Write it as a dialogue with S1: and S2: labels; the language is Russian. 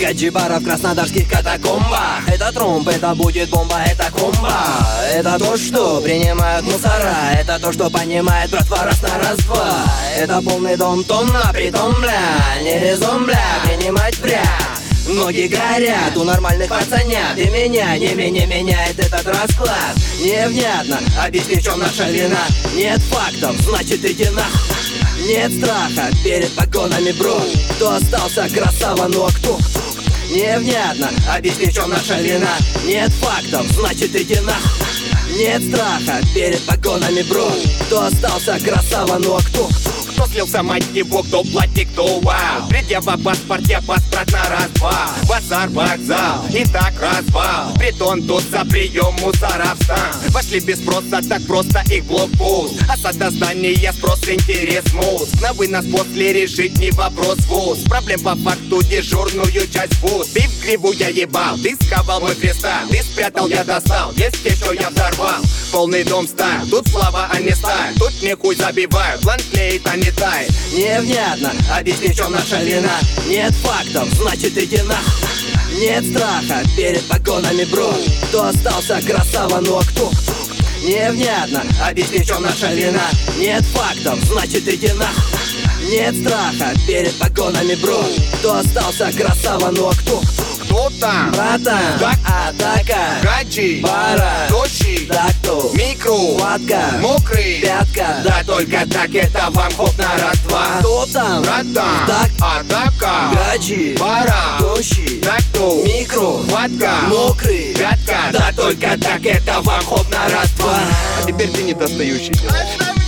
S1: Качибара в краснодарских катакомбах Это тромб, это будет бомба, это комба Это то, что принимают мусора Это то, что понимает братва раз на раз-два Это полный дом тонна, притом, бля Не резон, бля, принимать, бля Ноги горят у нормальных пацанят И меня, не меня меняет этот расклад Невнятно, объясни, в чем наша вина Нет фактов, значит иди нах Нет страха перед погонами, бро Кто остался красава, ну а кто? Невнятно, объясни, в чем наша вина Нет фактов, значит иди нах Нет страха перед погонами, бро Кто остался красава, ну а кто?
S2: Кто слился, мать его, кто платит, кто вау Предъява в паспорте, паспорт на раз-два Базар, вокзал, и так развал Притон тут за прием мусора в стан Вошли без спроса, так просто их блок пуст Осада А здания, спрос, интерес, мус На вынос после решить не вопрос вуз Проблем по факту дежурную часть вуз Ты в кривую я ебал, ты сковал мой креста Ты спрятал, я достал, есть еще я взорвал Полный дом стар, тут слава, а не сталь Тут мне хуй забивают, план клеит, а не тает
S1: Невнятно, объясни, в чем наша вина Нет фактов, значит иди нах Нет страха перед погонами, бро Кто остался красава, ну а кто? Невнятно, объясни, в чем наша вина Нет фактов, значит иди нах Нет страха перед погонами, бро Кто остался красава, ну а кто?
S2: Кто там?
S1: Братан,
S2: Как?
S1: атака,
S2: Гаджи,
S1: Пара.
S2: Дощи,
S1: да кто?
S2: Микро,
S1: Хватка.
S2: Мокрый,
S1: Пятка,
S2: Да только так это вам хоп на раз-два
S1: Кто там?
S2: Братан,
S1: Так,
S2: атака,
S1: Гачи,
S2: Пара,
S1: Дощи,
S2: Так кто?
S1: Микро,
S2: Хватка,
S1: Мокрый,
S2: Пятка, да только так это вам хоп на раз-два А теперь ты недостающий
S3: Останови!